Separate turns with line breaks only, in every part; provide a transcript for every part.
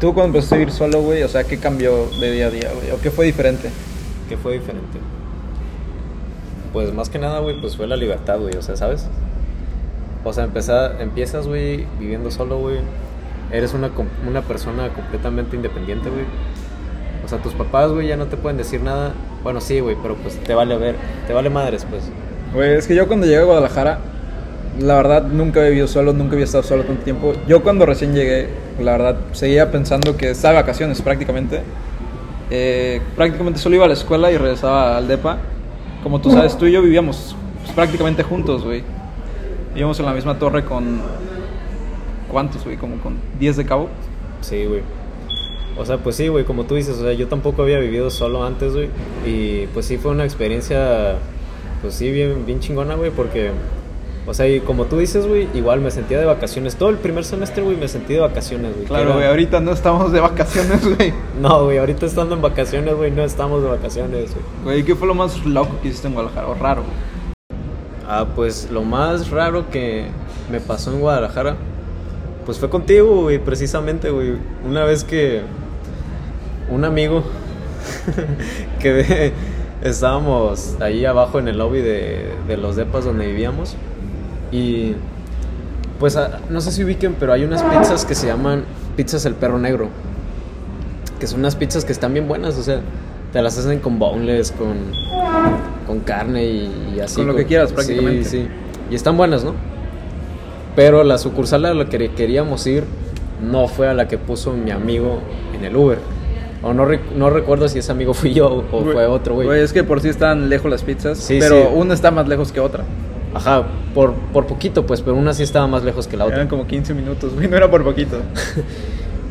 Tú cuando empezaste a vivir solo, güey, o sea, ¿qué cambió de día a día, güey? ¿O qué fue diferente?
¿Qué fue diferente? Pues más que nada, güey, pues fue la libertad, güey, o sea, ¿sabes? O sea, empezar, empiezas, güey, viviendo solo, güey. Eres una, com- una persona completamente independiente, güey. O sea, tus papás, güey, ya no te pueden decir nada. Bueno, sí, güey, pero pues te vale ver, te vale madres, pues.
Güey, es que yo cuando llegué a Guadalajara, la verdad nunca he vivido solo, nunca había estado solo tanto tiempo. Yo cuando recién llegué, la verdad, seguía pensando que estaba de vacaciones prácticamente. Eh, prácticamente solo iba a la escuela y regresaba al DEPA. Como tú sabes, tú y yo vivíamos pues, prácticamente juntos, güey. Vivíamos en la misma torre con... ¿Cuántos, güey? Como con 10 de cabo.
Sí, güey. O sea, pues sí, güey, como tú dices, o sea, yo tampoco había vivido solo antes, güey. Y pues sí fue una experiencia, pues sí, bien, bien chingona, güey, porque, o sea, y como tú dices, güey, igual me sentía de vacaciones. Todo el primer semestre, güey, me sentí de vacaciones, güey. que
Claro,
era-
güey, ahorita no estamos de vacaciones, güey.
No, güey, ahorita estando en vacaciones, güey, no estamos de vacaciones, güey.
Güey, ¿qué fue lo más loco que hiciste en Guadalajara? O raro, güey.
Ah, pues lo más raro que me pasó en Guadalajara, pues fue contigo, güey, precisamente, güey. Una vez que un amigo que de- estábamos ahí abajo en el lobby de, de los depas donde vivíamos y pues ah, no sé si ubiquen, pero hay unas pizzas que se llaman pizzas el perro negro, que son unas pizzas que están bien buenas, o sea, te las hacen con boneless, con, con carne y, y así.
Con lo que quieras,
sí,
prácticamente.
Sí, Y están buenas, ¿no? Pero la sucursal a la que queríamos ir no fue a la que puso mi amigo en el Uber. O no, rec- no recuerdo si ese amigo fui yo o fue otro, güey.
es que por sí están lejos las pizzas,
Sí,
pero
sí.
una está más lejos que otra.
Ajá, por, por poquito, pues, pero una sí estaba más lejos que la otra.
Eran como 15 minutos, güey, no era por poquito.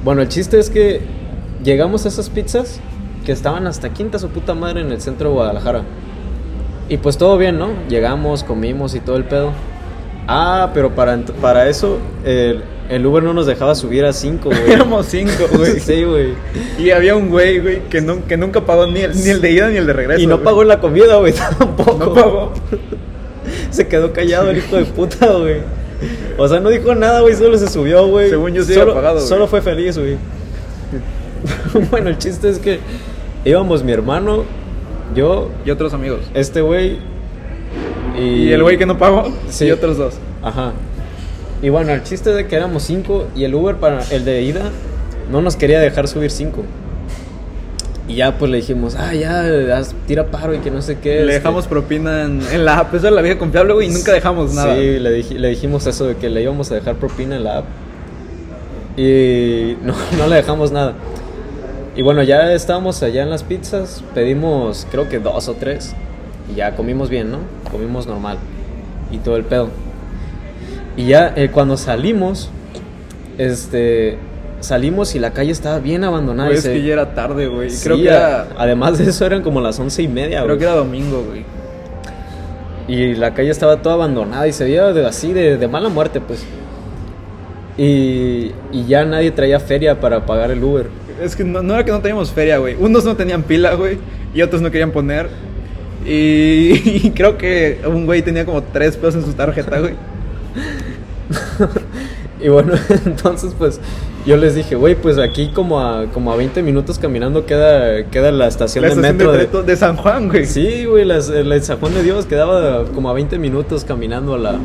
Bueno, el chiste es que llegamos a esas pizzas que estaban hasta quinta su puta madre en el centro de Guadalajara. Y pues todo bien, ¿no? Llegamos, comimos y todo el pedo. Ah, pero para, ent- para eso el, el Uber no nos dejaba subir a 5, güey.
Éramos cinco, güey.
sí, güey.
Y había un güey, güey, que, nun- que nunca pagó ni el, ni el de ida ni el de regreso.
Y no
güey.
pagó la comida, güey, tampoco.
No pagó.
Se quedó callado el hijo de puta, güey. O sea, no dijo nada, güey, solo se subió, güey.
Según yo sí
solo,
había pagado, güey.
Solo fue feliz, güey. bueno, el chiste es que íbamos mi hermano, yo,
Y otros amigos.
este güey y...
Y el güey que no pagó,
Sí.
y otros dos.
Ajá. Y bueno, el chiste es de que éramos cinco y el Uber para el de ida no nos quería dejar subir cinco. Y ya pues le dijimos, ah, ya, haz- tira paro y que no sé qué.
Le
este".
dejamos propina en, en la app, esa es la vieja confiable, güey, y nunca dejamos nada.
Sí, le, dij- le dijimos eso de que le íbamos a dejar propina en la app. Y no, no le dejamos nada. Y bueno, ya estábamos allá en las pizzas, pedimos creo que dos o tres. Y ya comimos bien, ¿no? Comimos normal. Y todo el pedo. Y ya eh, cuando salimos, este, salimos y la calle estaba bien abandonada.
Güey,
y
es
se-
que ya era tarde, güey.
Sí,
creo que
a-
era,
Además de eso eran como las once y media.
creo
güey.
que era domingo, güey.
Y la calle estaba toda abandonada y se veía de- así de, de mala muerte, pues. Y, y ya nadie traía feria para pagar el Uber.
Es que no, no era que no teníamos feria, güey. Unos no tenían pila, güey. Y otros no querían poner. Y, y creo que un güey tenía como tres pesos en su tarjeta, güey.
Y bueno, entonces pues yo les dije, güey, pues aquí como a, como a 20 minutos caminando queda, queda la estación
La
de
estación de,
metro. de-
Preto- de San Juan, güey.
Sí, güey, la, la de San Juan de Dios quedaba como a 20 minutos caminando a la,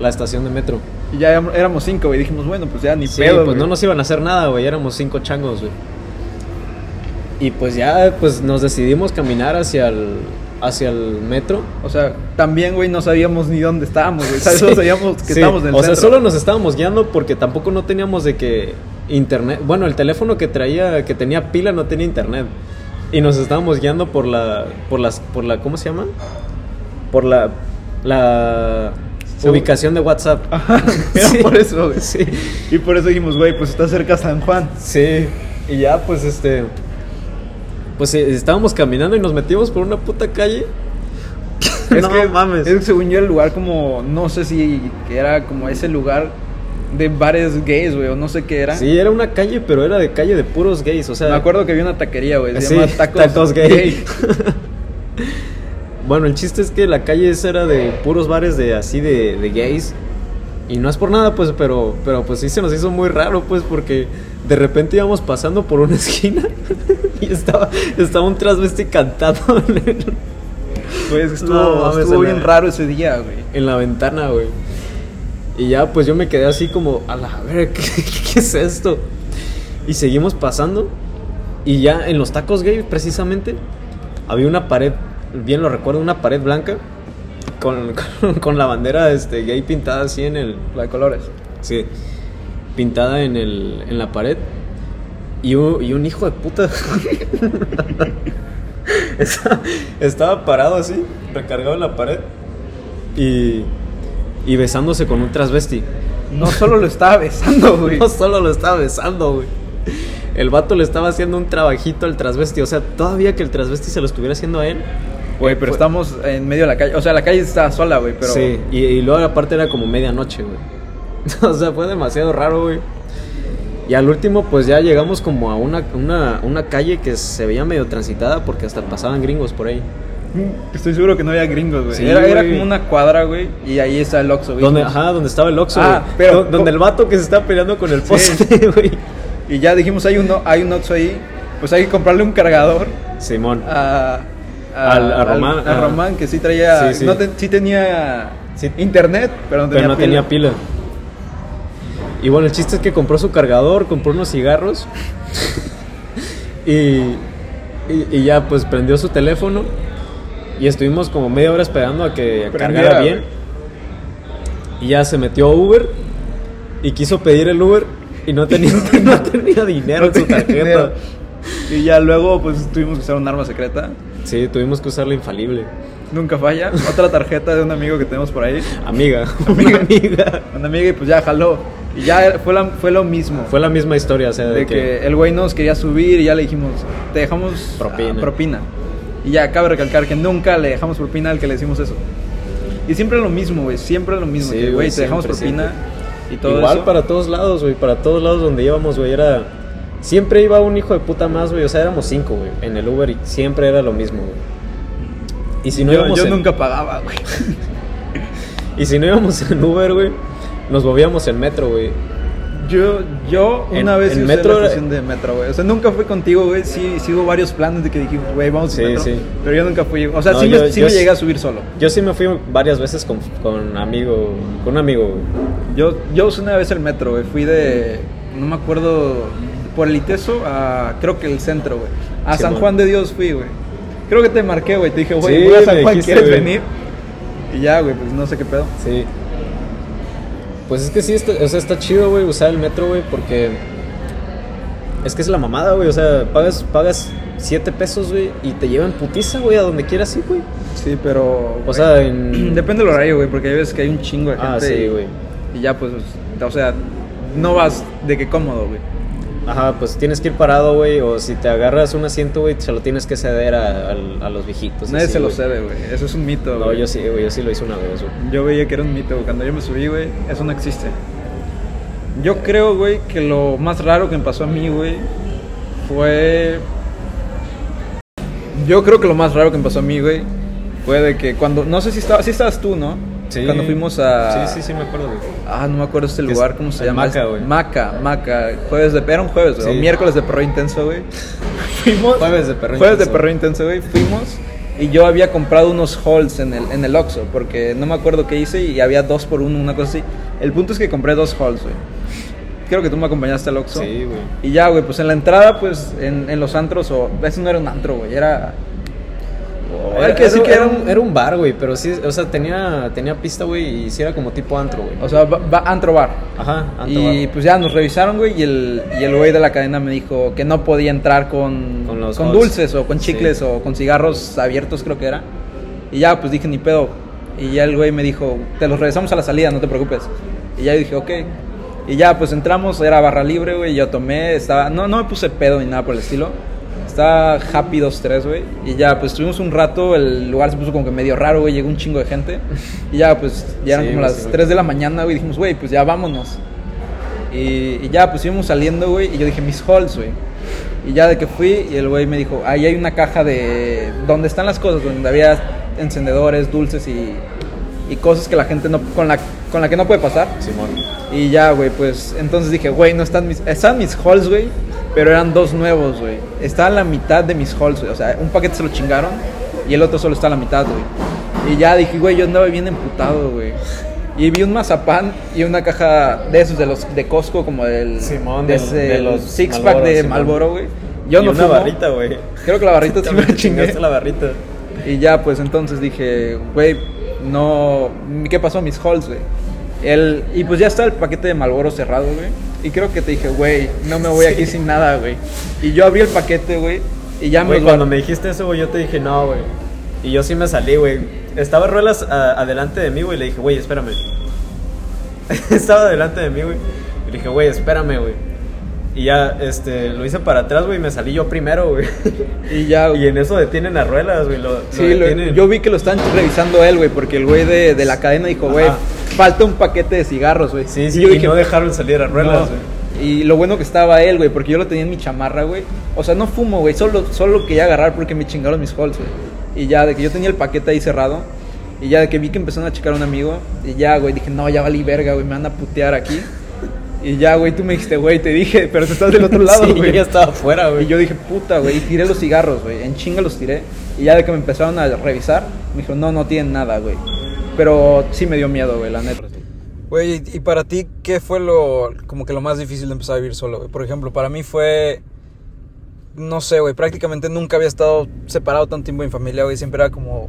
la estación de metro.
Y ya éramos- éramos cinco, güey. Dijimos, bueno, pues ya ni
Sí,
pedo.
pues
güey.
no nos iban a hacer nada, güey. Éramos cinco changos, güey. Y pues ya, pues nos decidimos caminar hacia el, hacia el metro.
O sea, también, güey, no sabíamos ni dónde estábamos, güey. ¿Sabes?
Sí,
Solo sabíamos que
sí.
estábamos en el
O sea,
centro.
solo nos estábamos guiando porque tampoco no teníamos de que internet. Bueno, el teléfono que traía, que tenía pila, no tenía internet. Y nos estábamos guiando por la, por las, por la, ¿cómo se llama? Por la, la
Sí.
ubicación de WhatsApp.
Ajá, era
Sí,
por eso, güey.
Sí.
Y por eso dijimos, güey, pues está cerca San Juan.
Sí, y ya pues este. Pues eh, estábamos caminando y nos metimos por una puta calle. No mames.
Es que según yo el lugar como, no sé si era como ese lugar de bares gays, güey, o no sé qué era.
Sí, era una calle, pero era de calle de puros gays, o sea.
Me acuerdo que había una taquería, güey, se
sí,
llamaba Tacos,
gay. bueno, el chiste es que la calle esa era de puros bares de así de, de gays. Y no es por nada, pues, pero, pero pues sí se nos hizo muy raro, pues, porque de repente íbamos pasando por una esquina y estaba, estaba un transvesti cantando en, el-
Güey, es que estuvo,
No, mames,
estuvo
en
bien
la-
raro ese día, güey.
en la ventana, güey. Y ya, pues yo me quedé así como, a la verga, ¿qué, qué es esto? Y seguimos pasando. Y ya en los tacos gay, precisamente, había una pared, bien lo recuerdo, una pared blanca con, con, con la bandera este, gay pintada así en el,
La de colores.
Sí. Pintada en, el, en la pared. Y un, y un hijo de puta. Esta- Estaba parado así, recargado en la pared. Y, y besándose con un transvesti.
No solo lo estaba besando, güey.
No solo lo estaba besando, güey. El vato le estaba haciendo un trabajito al transvesti. O sea, todavía que el transvesti se lo estuviera haciendo a él.
Güey, pero
Fue-
estamos en medio de la calle. O sea, la calle estaba sola, güey, pero.
Sí, y, y luego aparte era como medianoche, güey. O sea, fue demasiado raro, güey. Y al último, pues ya llegamos como a una, una, una calle que se veía medio transitada porque hasta pasaban gringos por ahí.
mm, Estoy seguro que no había gringos, güey.
Sí,
era, era
güey.
como una cuadra, güey, y ahí está el Oxxo, güey.
Donde, ajá, donde estaba el Oxxo,
Ah,
güey.
pero-
Do- donde el vato que se está peleando con el
Sí.
poste, güey.
Y ya dijimos, hay un, hay un Oxxo ahí, pues hay que comprarle un cargador
Simón.
a...
Al- a Román,
a
ah.
Román, que sí traía...
Sí, sí.
No te- sí tenía
Sí.
internet, pero no tenía
pero no tenía pila. Y bueno, el chiste es que compró su cargador, compró unos cigarros y, y- y ya pues prendió su teléfono y estuvimos como media hora esperando a que
Prendiera,
cargara
güey.
bien. Y ya se metió a Uber y quiso pedir el Uber y no tenía, no tenía dinero
No
en su
tenía
tarjeta.
dinero. Y ya luego, pues, tuvimos que usar un arma secreta.
Sí, tuvimos que usar la infalible.
Nunca falla. Otra tarjeta de un amigo que tenemos por ahí.
Amiga,
Amiga.
una amiga.
Una amiga y pues ya jaló. Y ya fue, la- fue lo mismo.
Fue la misma historia, o sea, de,
de que el güey nos quería subir y ya le dijimos, te dejamos ah,
Propina.
propina. Y ya cabe recalcar que nunca le dejamos propina al que le decimos eso. Y siempre lo mismo, güey, siempre lo mismo.
Sí,
que, güey,
güey,
te dejamos
siempre,
propina y todo
Igual
eso.
para todos lados, güey, para todos lados donde íbamos, güey, era... Siempre iba un hijo de puta más, güey, o sea, éramos cinco, güey, en el Uber y siempre era lo mismo, güey. Y si no
yo
íbamos
yo
en...
nunca pagaba, güey.
Y si no íbamos en Uber, güey, nos movíamos en metro, güey.
Yo, yo
En-
una vez
en
sí usé
metro
la
era-
estación de metro, güey. O sea, nunca fui contigo, güey. Sí, sí hubo varios planes de que dijimos, güey, vamos
Sí,
a metro.
sí.
Pero yo nunca fui. O sea,
No,
sí,
yo-
me, sí
yo
me
sí-
llegué a subir solo.
Yo sí me fui varias veces con, con amigo, con un amigo, güey.
Yo, yo usé una vez el metro, güey. Fui de. No me acuerdo. Por el Iteso a. Creo que el centro, güey. A
Sí,
San
mon.
Juan de Dios fui, güey. Creo que te marqué, güey. Te dije, güey,
Sí,
voy a San
me
Juan,
dijiste,
¿quieres
güey.
venir? Y ya, güey, pues no sé qué pedo.
Sí. Pues es que sí, está, o sea, está chido, güey, usar el metro, güey, porque es que es la mamada, güey. O sea, pagas, pagas 7 pesos, güey, y te llevan putiza, güey, a donde quieras ir, güey.
Sí, pero.
O
güey,
sea, en-
Depende del horario, güey, porque hay veces que hay un chingo de gente.
Ah, sí,
y-
güey.
Y ya, pues. O sea, no vas de que cómodo, güey.
Ajá, pues tienes que ir parado, güey, o si te agarras un asiento, güey, se lo tienes que ceder a, al- a los viejitos.
Nadie
así,
se lo
Pues güey.
cede, güey. Eso es un mito,
No,
güey.
yo sí, güey, yo sí lo hice una vez, güey.
Yo veía que era un mito, güey. Cuando yo me subí, güey, eso no existe. Yo creo, güey, que lo más raro que me pasó a mí, güey, fue... Yo creo que lo más raro que me pasó a mí, güey, fue de que cuando... No sé si estabas, sí estabas tú, ¿no? Cuando fuimos a...
Sí, sí, sí, me acuerdo, güey.
Ah, no me acuerdo este
Que es-
lugar, ¿cómo se
el
llama?
Maca, güey.
Maca, Maca. Jueves de... Era un jueves, güey.
Sí.
o Miércoles de perro intenso, güey. Fuimos...
Jueves de perro
Jueves de
intenso.
perro intenso, güey. Fuimos y yo había comprado unos halls en el, en el Oxxo porque no me acuerdo qué hice y había dos por uno, una cosa así. El punto es que compré dos halls, güey. Creo que tú me acompañaste al Oxxo.
Sí, güey.
Y ya, güey, pues en la entrada, pues en, en los antros, o. Ese no era un antro, güey, era. Oh,
Hay que decir que era un, era un bar, güey, pero sí, o sea, tenía, tenía pista, güey, y sí era como tipo antro, güey.
O sea, ba- ba- antro bar.
Ajá, antro
Y
bar.
pues ya nos revisaron, güey, y el, y el güey de la cadena me dijo que no podía entrar con,
Con los hot.
dulces o con chicles
Sí.
o con cigarros abiertos, creo que era. Y ya, pues dije, ni pedo. Y ya el güey me dijo, te los regresamos a la salida, no te preocupes. Y ya yo dije, ok. Y ya, pues entramos, era barra libre, güey, yo tomé, estaba, no, no me puse pedo ni nada por el estilo. Estaba happy 2-3, güey. Y ya, pues estuvimos un rato, el lugar se puso como que medio raro, güey, llegó un chingo de gente. Y ya, pues, ya eran
Sí,
como
güey,
las
sí, güey.
3 de la mañana, güey, dijimos, güey, pues ya vámonos. Y, y ya, pues íbamos saliendo, güey, y yo dije, mis halls, güey. Y ya de que fui, y el güey me dijo, ahí hay una caja de... Donde están las cosas, donde había encendedores, dulces y, y cosas que la gente no, con, la, con la que no puede pasar.
Simón.
Y ya, güey, pues entonces dije, güey, no están mis, están mis halls, güey, pero eran dos nuevos, güey. Está la mitad de mis halls, güey. O sea, un paquete se lo chingaron y el otro solo está a la mitad, güey. Y ya dije, güey, yo andaba bien emputado, güey. Y vi un mazapán y una caja de esos de los de Costco, como del.
Simón,
de,
del-
ese-
de los
six pack
Marlboro,
de
Simón.
Malboro, güey. Yo
y
no
una
fumo.
barrita, güey.
Creo que la barrita sí me
También
la chingué.
chingaste la barrita.
Y ya, pues entonces dije, güey, no. ¿Qué pasó a mis halls, güey? El, y pues ya está el paquete de Malboro cerrado, güey. Y creo que te dije, güey, no me voy aquí sin nada, güey. Y yo abrí el paquete, güey. Y ya
Güey,
me
cuando me dijiste eso, güey, yo te dije, no, güey. Y yo sí me salí, güey. Estaba Ruelas a- adelante de mí, güey. y Le dije, güey, espérame. Estaba adelante de mí, güey. Y Le dije, güey, espérame, güey. Y ya, este, lo hice para atrás, güey. y Me salí yo primero, güey.
Y ya,
y en eso detienen a Ruelas, güey. Lo, lo
Sí, lo-
detienen.
yo vi que lo están revisando él, güey, porque el güey de, de la cadena dijo, güey,
Ajá.
falta un paquete de cigarros, güey.
Sí, sí,
Y
y,
yo dije,
no dejaron salir a Ruelas,
"No".
güey.
Y lo bueno que estaba él, güey, porque yo lo tenía en mi chamarra, güey. O sea, no fumo, güey, solo, solo quería agarrar porque me chingaron mis halls, güey. Y ya, de que yo tenía el paquete ahí cerrado, y ya de que vi que empezaron a checar a un amigo, y ya, güey, dije, no, ya valí verga, güey, me van a putear aquí. Y ya, güey, tú me dijiste, güey, te dije, pero tú estás del otro lado,
Sí,
güey.
yo ya estaba afuera, güey.
Y yo dije, puta, güey, y tiré los cigarros, güey, en chinga los tiré. Y ya de que me empezaron a revisar, me dijo, no, no tienen nada, güey. Pero sí me dio miedo, güey, la neta.
Güey, ¿y para ti qué fue lo como que lo más difícil de empezar a vivir solo, güey? Por ejemplo, para mí fue no sé, güey, prácticamente nunca había estado separado tanto tiempo de mi familia, güey, siempre era como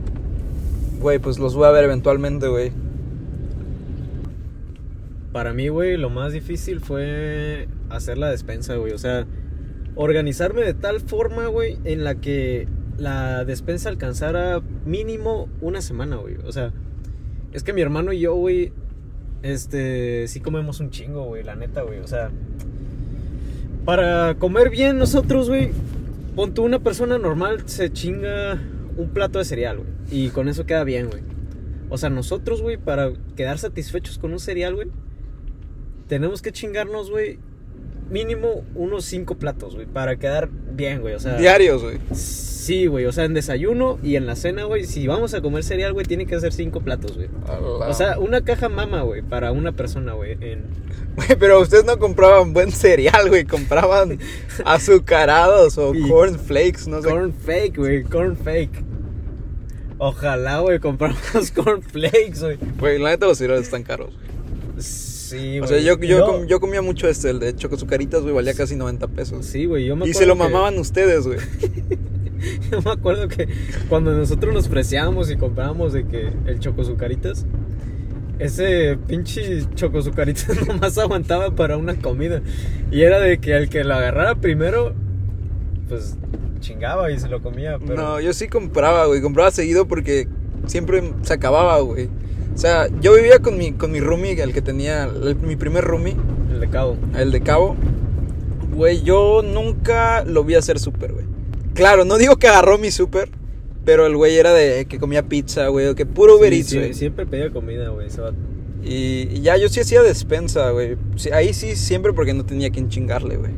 güey, pues los voy a ver eventualmente, güey.
Para mí, güey, lo más difícil fue hacer la despensa, güey. O sea, organizarme de tal forma, güey, en la que la despensa alcanzara mínimo una semana, güey. O sea, es que mi hermano y yo, güey, este, sí comemos un chingo, güey, la neta, güey. O sea, para comer bien nosotros, güey, pon tú una persona normal se chinga un plato de cereal, güey. Y con eso queda bien, güey. O sea, nosotros, güey, para quedar satisfechos con un cereal, güey, tenemos que chingarnos, güey, mínimo unos cinco platos, güey, para quedar bien, güey. O sea,
Diarios, güey.
Sí, güey, o sea, en desayuno y en la cena, güey, si vamos a comer cereal, güey, tiene que ser cinco platos, güey. O sea, una caja mama, güey, para una persona, güey. en-
Güey, pero ustedes no compraban buen cereal, güey, compraban azucarados o
Y-
cornflakes, no sé.
Corn fake, güey, corn fake. Ojalá, güey, compramos corn flakes, güey.
Güey, la neta los cereales están caros. güey.
Sí, güey.
O sea, yo, yo,
No,
com- yo comía mucho este, el de chocosucaritas, güey, valía casi 90 pesos.
Sí, güey, yo me
Y
acuerdo
se lo
que-
mamaban ustedes, güey.
Yo me acuerdo que cuando nosotros nos preciábamos y comprábamos de que el chocosucaritas, ese pinche chocosucaritas nomás aguantaba para una comida. Y era de que el que lo agarrara primero, pues chingaba y se lo comía. Pero...
No, yo sí compraba, güey. Compraba seguido porque siempre se acababa, güey. O sea, yo vivía con mi, con mi roomie, el que tenía, el- mi primer roomie,
El de cabo.
el de Cabo. Güey, yo nunca lo vi hacer súper, güey. Claro, no digo que agarró mi súper, pero el güey era de que comía pizza, güey, o que puro Uber
Sí,
Eats,
sí,
güey.
siempre pedía comida, güey. ese vato.
Y, y ya yo sí hacía despensa, güey. Sí, ahí sí siempre porque no tenía quien chingarle, güey.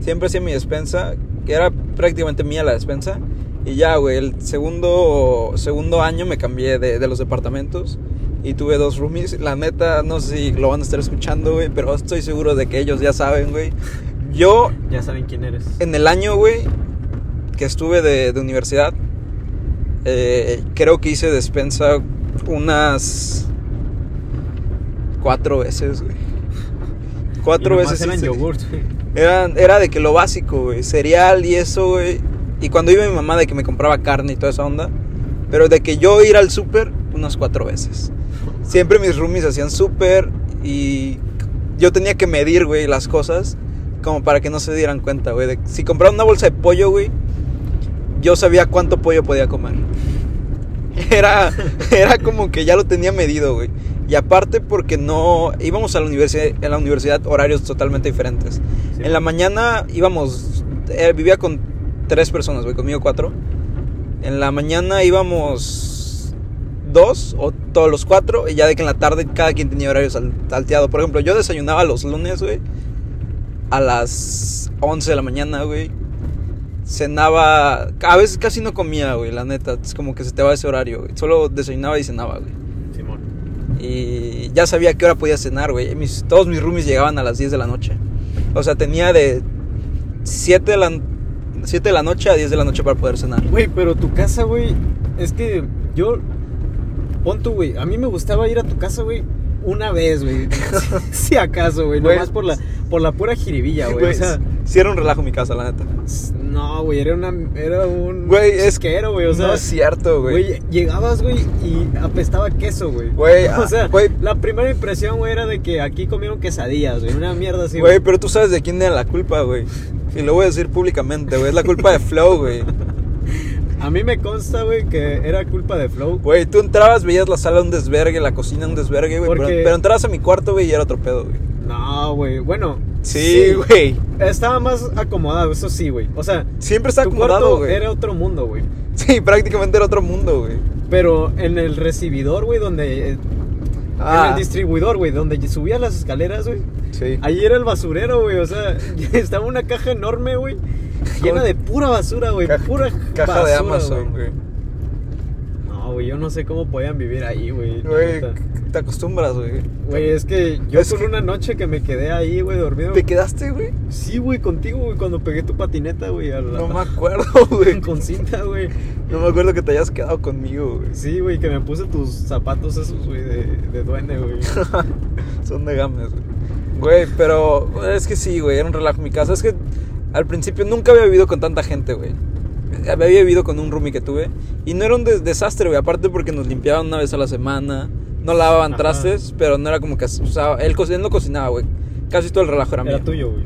Siempre hacía mi despensa, que era prácticamente mía la despensa. Y ya, güey, el segundo, segundo año me cambié de, de los departamentos y tuve dos roomies. La neta, no sé si lo van a estar escuchando, güey, pero estoy seguro de que ellos ya saben, güey. Yo,
Ya saben quién eres.
en el año, güey, que estuve de, de universidad, eh, creo que hice despensa unas cuatro veces, güey. Cuatro
Y nomás
veces.
eran
hice-
yogurt, güey.
eran- era de que lo básico, güey. Cereal y eso, güey. Y cuando iba mi mamá de que me compraba carne y toda esa onda. Pero de que yo ir al súper unas cuatro veces. Siempre mis roomies hacían súper y yo tenía que medir, güey, las cosas como para que no se dieran cuenta, güey. de- Si compraba una bolsa de pollo, güey, yo sabía cuánto pollo podía comer. Era, era como que ya lo tenía medido, güey. Y aparte porque no íbamos a la universidad, en la universidad horarios totalmente diferentes.
Sí.
En la mañana íbamos, eh, vivía con tres personas, güey, conmigo cuatro. En la mañana íbamos dos o todos los cuatro y ya de que en la tarde cada quien tenía horarios al- salteado. Por ejemplo, yo desayunaba los lunes, güey, a las 11 de la mañana, güey. Cenaba, a veces casi no comía, güey, la neta, es como que se te va ese horario, güey. Solo desayunaba y cenaba, güey.
Simón.
Y ya sabía a qué hora podía cenar, güey. Mis, todos mis roomies llegaban a las 10 de la noche. O sea, tenía de 7 de la, 7 de la noche a 10 de la noche para poder cenar.
Güey, pero tu casa, güey, es que yo. Pon tú, güey. A mí me gustaba ir a tu casa, güey. Una vez, güey. si acaso, güey.
Güey.
Nomás por la, por la pura jiribilla, güey. O
Güey,
sea,
sí era un relajo mi casa, la neta.
s- no, güey. Era, una, era un.
Güey, es-
chisquero, güey. O sea,
no es cierto, güey.
Güey, llegabas, güey, y apestaba queso, güey.
Güey,
o sea,
ah, güey.
la primera impresión, güey, era de que aquí comieron quesadillas, güey. Una mierda así,
Güey, pero tú sabes de quién era la culpa, güey. Y lo voy a decir públicamente, güey. Es la culpa de Flow, güey.
A mí me consta, güey, que era culpa de Flow.
Güey, tú entrabas, veías la sala un desvergue, la cocina un desvergue, güey. Pero,
Porque-
pero entrabas a mi cuarto, güey, y era otro pedo, güey.
No, güey. Bueno.
Sí, güey.
Estaba más acomodado, eso sí, güey. O sea,
Siempre está
tu cuarto
acomodado, güey.
era otro mundo, güey.
Sí, prácticamente era otro mundo, güey.
Pero en el recibidor, güey, donde... eh,
Ah.
En el distribuidor, güey, donde subía las escaleras, güey.
Sí.
Ahí era el basurero, güey. O sea, estaba una caja enorme, güey. Llena de pura basura, güey.
Caja-
Pura
Caja
basura,
de Amazon, güey.
No, güey, yo no sé cómo podían vivir ahí, güey. la
Güey,
neta.
te acostumbras, güey.
Güey, es que yo
Es
con
que-
una noche que me quedé ahí, güey, dormido.
¿Te quedaste, güey?
Sí, güey, contigo, güey, cuando pegué tu patineta, güey, a la...
No me acuerdo, güey.
con cinta, güey.
No me acuerdo que te hayas quedado conmigo, güey.
Sí, güey, que me puse tus zapatos esos, güey, de, de duende, güey.
Son de games, güey. Güey, pero es que sí, güey, era un relajo mi casa. Es que al principio nunca había vivido con tanta gente, güey. Había vivido con un roomie que tuve. Y no era un des- desastre, güey. Aparte porque nos limpiaban una vez a la semana. No lavaban
Ajá.
trastes, pero no era como que... as- usaba- él, co- él no cocinaba, güey. Casi todo el relajo era, mío.
Era tuyo, güey.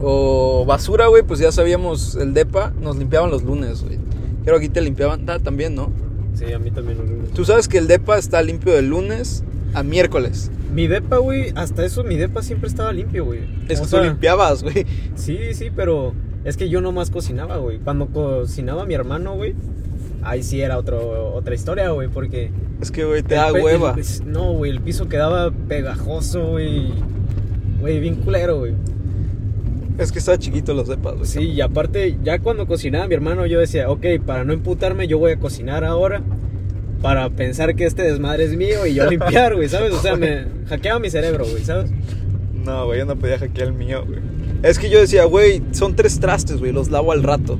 O basura, güey, pues ya sabíamos el depa. Nos limpiaban los lunes, güey. Creo que aquí te limpiaban ah, también, ¿no?
Sí, a mí también lo lunes.
Tú sabes que el depa está limpio de lunes a miércoles.
Mi depa, güey, hasta eso, mi depa siempre estaba limpio, güey.
Es
O
que
sea,
tú limpiabas, güey.
Sí, sí, pero es que yo nomás cocinaba, güey. Cuando cocinaba mi hermano, güey, ahí sí era otro, otra historia, güey, porque...
Es que, güey, te
el
da
pe-
hueva.
el- no, güey, el piso quedaba pegajoso, güey. Güey, bien culero, güey.
Es que estaba chiquito los depas, güey.
Sí, y aparte, ya cuando cocinaba mi hermano, yo decía, ok, para no imputarme, yo voy a cocinar ahora. Para pensar que este desmadre es mío y yo limpiar, güey, ¿sabes? O sea, me hackeaba mi cerebro, güey, ¿sabes?
No, güey, yo no podía hackear el mío, güey. Es que yo decía, güey, son tres trastes, güey, los lavo al rato.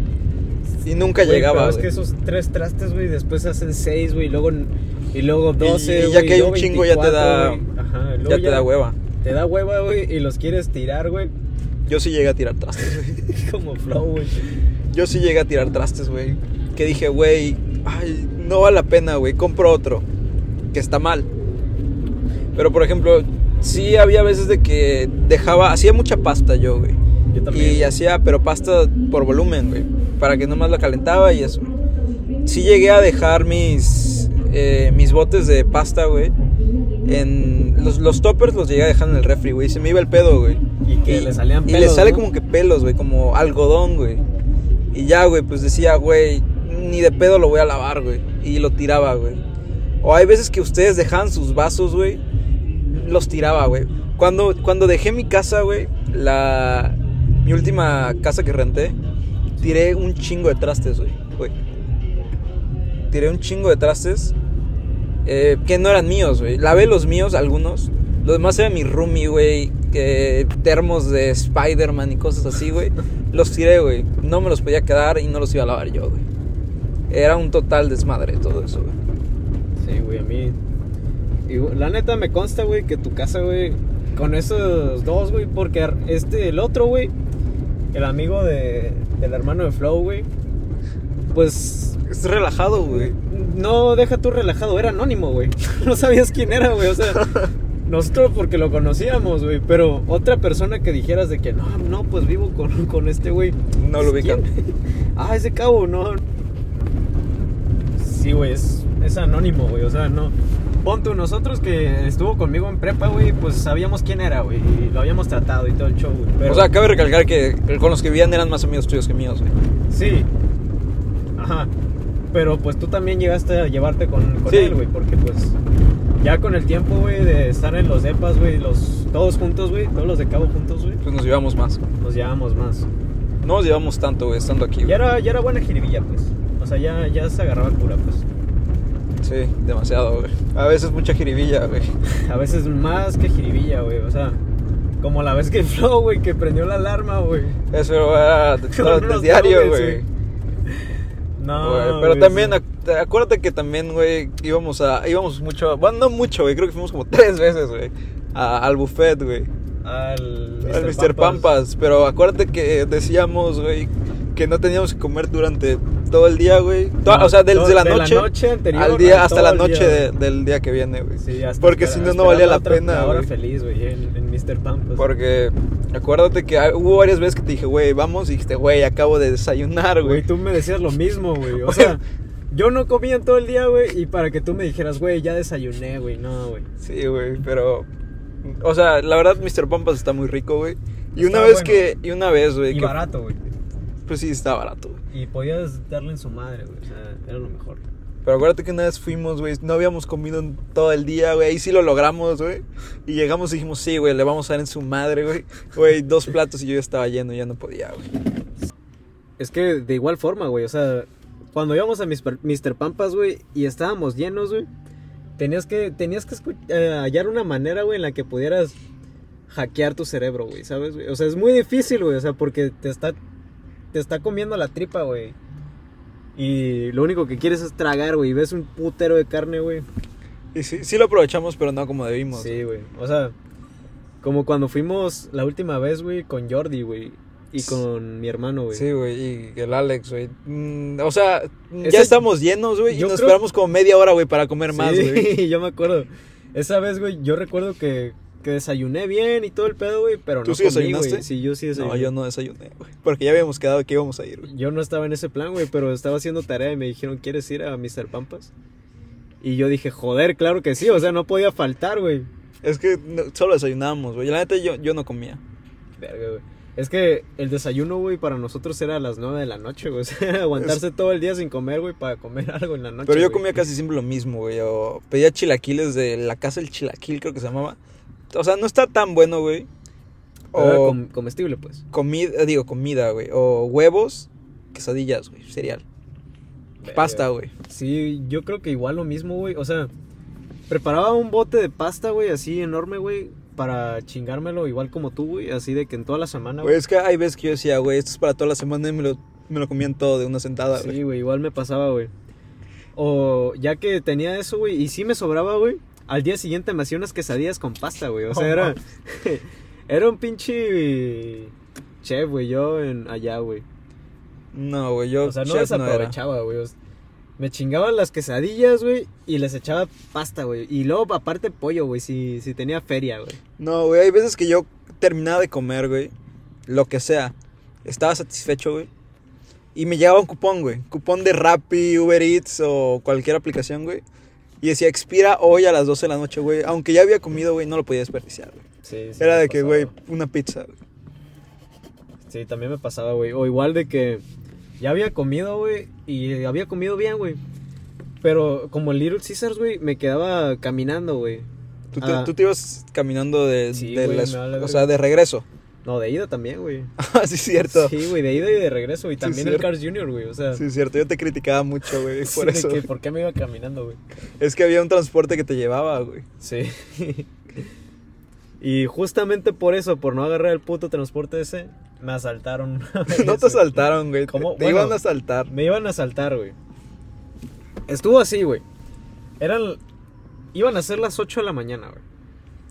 Y nunca
Güey,
llegaba,
pero Es
güey.
que esos tres trastes, güey, después hacen seis, güey, y luego, y luego doce.
y ya
güey,
que hay
luego
un chingo, ya te da-
24, güey. Ajá, y luego
Ya te da hueva.
Te da hueva, güey, y los quieres tirar, güey.
Yo sí llegué a tirar trastes, güey.
Como flow, güey.
Yo sí llegué a tirar trastes, güey. Que dije, güey, ay, no vale la pena, güey, compro otro. Que está mal. Pero, por ejemplo, sí había veces de que dejaba, hacía mucha pasta yo, güey.
Yo también.
Y hacía, pero pasta por volumen, güey. Para que nomás la calentaba y eso. Sí llegué a dejar mis, eh, mis botes de pasta, güey. En los, los toppers los llegué a dejar en el refri, güey. y Se me iba el pedo, güey.
Y que le salían
Y le
pelos,
sale
¿no?
como que pelos, güey. Como algodón, güey. Y ya, güey, pues decía, güey, ni de pedo lo voy a lavar, güey. Y lo tiraba, güey. O hay veces que ustedes dejan sus vasos, güey. Los tiraba, güey. Cuando, cuando dejé mi casa, güey, la. Mi última casa que renté, tiré un chingo de trastes, güey. güey. Tiré un chingo de trastes eh, que no eran míos, güey. Lavé los míos, algunos. Los demás eran mi roomie, güey. que termos de Spider-Man y cosas así, güey. Los tiré, güey. No me los podía quedar y no los iba a lavar yo, güey. Era un total desmadre todo eso, güey.
Sí, güey, a mí. Y, güey, la neta me consta, güey, que tu casa, güey, con esos dos, güey, porque ar- este, el otro, güey, el amigo de, del hermano de Flow, güey, pues
Es relajado, güey.
no deja tú relajado, era anónimo, güey. No sabías quién era, güey, o sea. Nosotros porque lo conocíamos, güey, pero otra persona que dijeras de que no, no, pues vivo con, con este güey.
No lo ubican.
¿Quién? Ah, ese cabo, no. Sí, güey, es, es anónimo, güey. O sea, no. Pon tú, nosotros que estuvo conmigo en prepa, güey, pues sabíamos quién era, güey. Y lo habíamos tratado y todo el show, güey. Pero,
O sea, cabe recalcar que con los que vivían eran más amigos tuyos que míos, güey.
sí. Ajá. Pero pues tú también llegaste a llevarte con, con
Sí.
él, güey. Porque pues ya con el tiempo, güey, de estar en los depas, güey, los, todos juntos, güey, todos los de cabo juntos, güey,
Pues nos llevamos más.
nos llevamos más.
No nos llevamos tanto, güey, estando aquí,
Ya
güey.
era, ya era buena jiribilla, pues. O sea, ya, ya se agarraba el cura, pues.
Sí, Sí, demasiado, güey. A veces mucha jiribilla, güey.
A veces más que jiribilla, güey. O sea, como la vez que infló, güey, que prendió la alarma, güey.
Eso era de,
Con
de
unos
diario,
dobles,
güey.
No,
Güey, pero
Ah, güey,
también,
sí.
ac- acuérdate que también, güey, íbamos a, íbamos mucho, bueno, no mucho, güey, creo que fuimos como tres veces, güey, a- al buffet, güey,
al
al Mr. Pampas. pero acuérdate que decíamos, güey, que no teníamos que comer durante todo el día, güey, To-
No,
o sea, del-
todo-
de la
de la
noche,
noche anterior
al
a
día, hasta
todo
la
el
noche
día,
de-
güey.
del día que viene, güey,
Sí, hasta
porque si
espera-
no, no
esperando
valía la
otra
pena,
hora
güey.
feliz, güey, en, en Mr. Pampas.
Porque acuérdate que ah, hubo varias veces que te dije, güey, vamos, y dijiste, güey, acabo de desayunar,
Güey,
güey.
tú me decías lo mismo, güey. O
Güey.
sea, yo no comía en todo el día, güey, y para que tú me dijeras, güey, ya desayuné, güey. No, güey.
Sí, güey, pero. O sea, la verdad, Mr. Pampas está muy rico, güey. Y
Está
una vez
bueno.
que. Y una vez, güey.
Y
que-
barato, güey.
Pues sí, está barato, güey.
Y podías darle en su madre, güey. O sea, era lo mejor.
Pero acuérdate que una vez fuimos, güey. No habíamos comido en todo el día, güey. Ahí sí lo logramos, güey. Y llegamos y dijimos, sí, güey, le vamos a dar en su madre, güey. Güey, dos platos y yo ya estaba lleno, ya no podía, güey.
Es que de igual forma, güey, o sea, cuando íbamos a Mis- Mr. Pampas, güey, y estábamos llenos, güey, tenías que, tenías que escu- eh, hallar una manera, güey, en la que pudieras hackear tu cerebro, güey, ¿sabes? güey? O sea, es muy difícil, güey, o sea, porque te está, te está comiendo la tripa, güey. Y lo único que quieres es tragar, güey, y ves un putero de carne, güey.
Y sí, sí lo aprovechamos, pero no como debimos.
Sí, güey, o sea, como cuando fuimos la última vez, güey, con Jordi, güey, y con mi hermano, güey.
Sí, güey, y el Alex, güey. Mm, o sea, ya
Ese-
estamos llenos, güey, y
yo
nos
creo-
esperamos como media hora, güey, para comer más,
Sí,
güey.
yo me acuerdo. Esa vez, güey, yo recuerdo que, que desayuné bien y todo el pedo, güey, pero
¿Tú
no
sí
comí,
desayunaste?
güey. Sí, yo sí desayuné.
No, yo no desayuné, güey. Porque ya habíamos quedado que íbamos a ir, güey.
Yo no estaba en ese plan, güey, pero estaba haciendo tarea y me dijeron, ¿quieres ir a Mr. Pampas? Y yo dije, joder, claro que sí, o sea, no podía faltar, güey.
Es que no- solo desayunábamos, güey. La neta, yo, yo no comía.
Verga, güey. Es que el desayuno, güey, para nosotros era a las 9 de la noche, güey. O sea, aguantarse todo el día sin comer, güey, para comer algo en la noche.
Pero yo
güey.
comía casi siempre lo mismo, güey. Yo pedía chilaquiles de la casa del chilaquil, creo que se llamaba. O sea, no está tan bueno, güey.
Pero era
O
com- comestible, pues.
comida, digo, comida, güey. O huevos, quesadillas, güey, cereal. Pasta, güey.
Sí, yo creo que igual lo mismo, güey. O sea, preparaba un bote de pasta, güey, así enorme, güey, para chingármelo igual como tú, güey. Así de que en toda la semana,
Güey,
güey.
es que hay veces que yo decía, güey, esto es para toda la semana y me lo, me lo comían todo de una sentada, güey.
Sí, güey, igual me pasaba, güey. O ya que tenía eso, güey, y sí me sobraba, güey. Al día siguiente me hacía unas quesadillas con pasta, güey. O sea,
No
era. era un pinche. Chef, güey, yo en allá, güey.
No, güey, yo
O sea, no
chef era.
desaprovechaba, güey. o sea, me chingaban las quesadillas, güey, y les echaba pasta, güey. Y luego, aparte, pollo, güey, si, si tenía feria, güey.
No, güey, hay veces que yo terminaba de comer, güey, lo que sea, estaba satisfecho, güey, y me llegaba un cupón, güey, cupón de Rappi, Uber Eats o cualquier aplicación, güey, y decía, expira hoy a las 12 de la noche, güey, aunque ya había comido, güey, no lo podía desperdiciar, güey.
Sí, sí
Era
me
de que,
pasaba.
güey, una pizza, güey.
Sí, también me pasaba, güey. O igual de que ya había comido, güey, y había comido bien, güey. Pero como Little Caesars, güey, me quedaba caminando, güey.
Tú, te-
Ah.
tú te ibas caminando de,
Sí,
de
güey,
las-
me vale
o
verga.
sea, de regreso.
No, de ida también, güey.
Ah, sí, cierto. Sí.
Sí, güey, de ida y de regreso. Y
Sí,
también el
cierto.
Cars Jr., güey. O sea,
cierto, yo te criticaba mucho, güey,
sí,
por
de
eso.
que
güey.
¿por qué me iba caminando, güey?
Es que había un transporte que te llevaba, güey.
Sí. Y justamente por eso, por no agarrar el puto transporte ese, me asaltaron. una vez,
No
güey.
te asaltaron, güey. Te,
¿Cómo?
te
Bueno.
iban a asaltar.
Me iban a asaltar, güey. Estuvo así, güey. Eran. Iban a ser las 8 de la mañana, güey.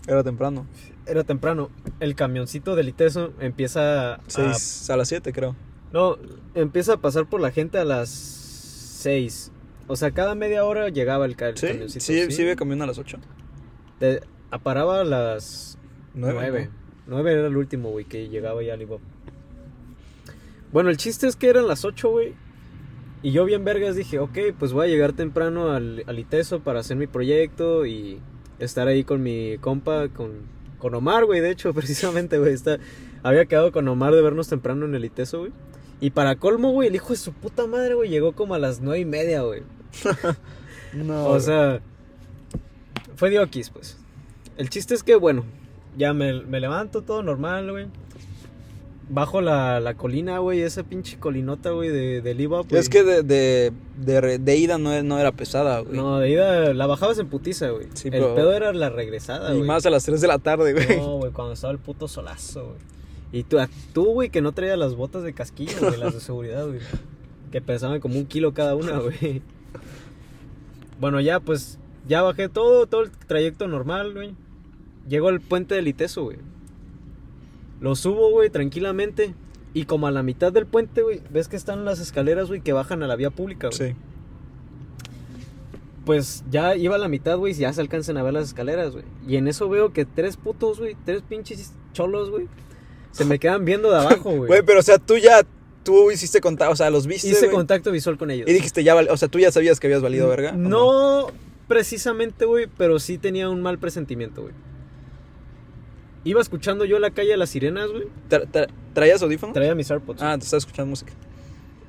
Era temprano.
Era temprano. El camioncito del ITESO empieza a.
Seis, a las 7 creo.
No, empieza a pasar por la gente a las 6. O sea, cada media hora llegaba el, ca- el
Sí, sí,
camioncito.
sí, había camión a las 8.
Te- aparaba a las
Nueve,
9. 9 era el último, güey, que llegaba ya al Ibop. Bueno, el chiste es que eran las 8, güey. Y yo bien vergas dije, ok, pues voy a llegar temprano al, al ITESO para hacer mi proyecto y estar ahí con mi compa, con, con Omar, güey, de hecho, precisamente, güey. está- Había quedado con Omar de vernos temprano en el ITESO, güey. Y para colmo, güey, el hijo de su puta madre, güey, llegó como a las nueve y media, güey.
No.
O sea, fue Dioquis, pues. El chiste es que, bueno, ya me, me levanto todo normal, güey. bajo la, la colina, güey, esa pinche colinota, güey, de, pues. de Libab, güey.
Es que de, de, de re- de ida no, e- no era pesada, güey.
No, de ida, la bajabas en putiza, güey.
Sí,
el
pero-
pedo era la regresada,
y
güey.
más a las 3 de la tarde, güey.
No, güey, cuando estaba el puto solazo, güey. Y tú, a- tú, güey, que no traía las botas de casquillo, güey, las de seguridad, güey. Que pesaban como un kilo cada una, güey. Bueno, ya, pues, ya bajé todo, todo el trayecto normal, güey. Llego al puente del Iteso, güey. Lo subo, güey, tranquilamente. Y como a la mitad del puente, güey, ves que están las escaleras, güey, que bajan a la vía pública, güey.
Sí.
Pues ya iba a la mitad, güey, y ya se alcanzan a ver las escaleras, güey. Y en eso veo que tres putos, güey, tres pinches cholos, güey, se me quedan viendo de abajo, güey.
Güey, pero o sea, tú ya, tú hiciste contacto, o sea, los viste,
Hice
güey,
contacto visual con ellos.
Y dijiste, ya, val- o sea, tú ya sabías que habías valido verga. ¿o
No precisamente, güey, pero sí tenía un mal presentimiento, güey. Iba escuchando yo la calle de las sirenas, güey.
Tra- tra- ¿Traías audífonos?
Traía mis AirPods.
ah, te estás escuchando música.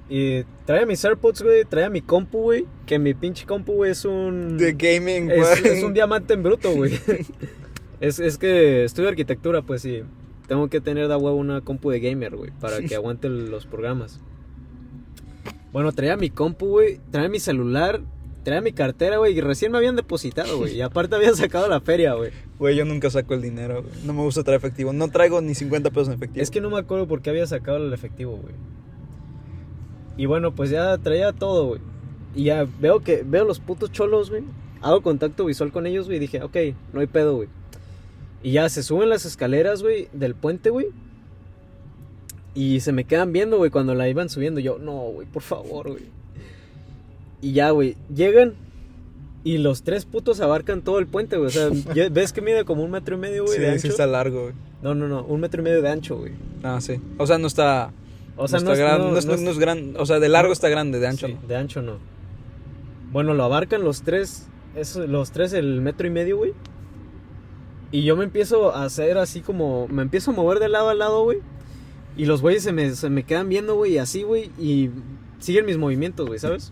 Y traía mis AirPods, güey, traía mi compu, güey. Que mi pinche compu, güey, es un...
De gaming,
Mm. Es,
güey.
es un diamante en bruto, güey. es, es que estudio arquitectura, pues sí. Tengo que tener de a huevo una compu de gamer, güey, para que aguante el- los programas. Bueno, traía mi compu, güey, traía mi celular, traía mi cartera, güey, y recién me habían depositado, güey. Y aparte habían sacado la feria, güey.
Güey, yo nunca saco el dinero, güey. No me gusta traer efectivo. No traigo ni 50 pesos en efectivo.
Es que no me acuerdo por qué había sacado el efectivo, güey. Y bueno, pues ya traía todo, güey. Y ya veo que veo los putos cholos, güey. Hago contacto visual con ellos, güey. y Dije, ok, no hay pedo, güey. Y ya se suben las escaleras, güey, del puente, güey. Y se me quedan viendo, güey, cuando la iban subiendo. Yo, no, güey, por favor, güey. Y ya, güey, llegan. Y los tres putos abarcan todo el puente, güey. O sea, ya- ves que mide como un metro y medio, güey,
sí,
de
sí
ancho.
está largo, güey.
No, no, no, un metro y medio de ancho, güey.
Ah, sí. O sea, no está.
O sea,
no,
no,
está gran-
no-
no es,
no
no es gran. O sea, de largo está grande, de ancho
sí,
no.
de ancho no. Bueno, lo abarcan los tres, eso- los tres el metro y medio, güey. Y yo me empiezo a hacer así como, me empiezo a mover de lado a lado, güey. Y los güeyes se me, se me quedan viendo, güey, así, güey. Y siguen mis movimientos, güey, ¿sabes?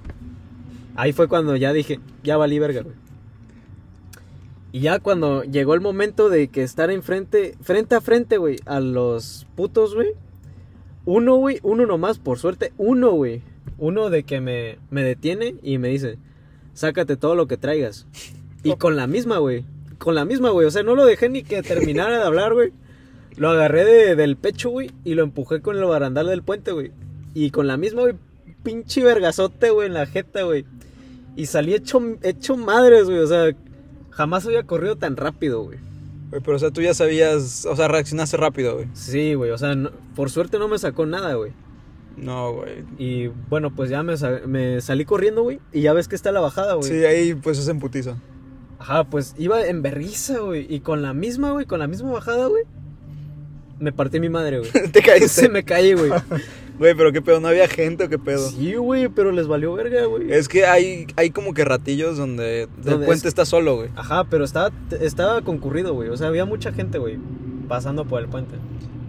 Ahí fue cuando ya dije, ya valí verga, güey. Y ya cuando llegó el momento de que estar enfrente, frente a frente, güey, a los putos, güey. Uno, güey, uno nomás, por suerte, uno, güey. Uno de que me, me detiene y me dice, sácate todo lo que traigas. Y con la misma, güey. Con la misma, güey. O sea, no lo dejé ni que terminara de hablar, güey. Lo agarré de- del pecho, güey, y lo empujé con el barandal del puente, güey. Y con la misma, güey, pinche vergazote, güey, en la jeta, güey. Y salí hecho, hecho madres, güey. O sea, jamás había corrido tan rápido, güey.
Güey, pero o sea, tú ya sabías. O sea, reaccionaste rápido, güey.
Sí, güey. O sea, no- por suerte no me sacó nada, güey.
No, güey.
Y bueno, pues ya me, sa- me salí corriendo, güey. Y ya ves que está la bajada, güey.
Sí, ahí pues es en putiza.
Ajá, pues iba en berriza, güey. Y con la misma, güey, con la misma bajada, güey. Me partí mi madre, güey.
Te
Se
caíste.
me caí, güey.
Güey, pero qué pedo. ¿No había gente o qué pedo?
Sí, güey, pero les valió verga, güey.
Es que hay, hay como que ratillos donde el
Donde
puente
es-
está solo, güey.
Ajá, pero estaba, estaba concurrido, güey. O sea, había mucha gente, güey, pasando por el puente.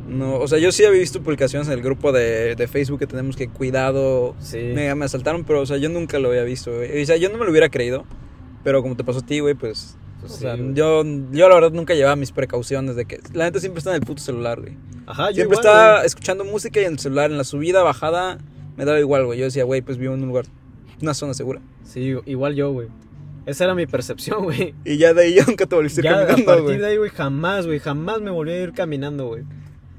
No, o sea, yo sí había visto publicaciones en el grupo de, de Facebook que tenemos que cuidado.
Sí.
Me, me asaltaron, pero, o sea, yo nunca lo había visto, güey. O sea, yo no me lo hubiera creído. Pero como te pasó a ti, güey, pues. o
Sí,
sea,
güey.
yo, yo la verdad nunca llevaba mis precauciones de que. La neta siempre está en el puto celular, güey.
Ajá, Ah, yo
siempre
igual,
estaba
güey.
escuchando música y en el celular, en la subida, bajada. Me daba igual, güey. Yo decía, güey, pues vivo en un lugar, una zona segura.
Sí, igual yo, güey. Esa era mi percepción, güey.
Y ya de ahí ya nunca te volviste
Ya a
caminando,
partir
güey.
de ahí, güey, jamás, güey, jamás me volví a ir caminando, güey.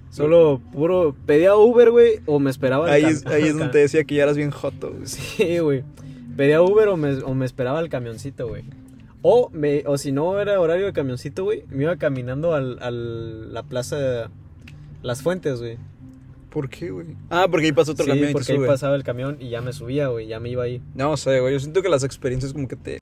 Solo puro pedía Uber, güey, o me esperaba el
Ahí,
cam-
es, ahí es donde te decía que ya eras bien joto, güey.
Sí, güey. Pedía Uber o me, o me esperaba el camioncito, güey. O, me, o si no era horario de camioncito, güey, me iba caminando al, al- la plaza de Las Fuentes, güey.
¿Por qué, güey? Ah, porque ahí pasó otro
Sí,
camión y te
porque ahí
sube.
pasaba el camión y ya me subía, güey, ya me iba ahí.
No sé, güey. Yo siento que las experiencias como que te,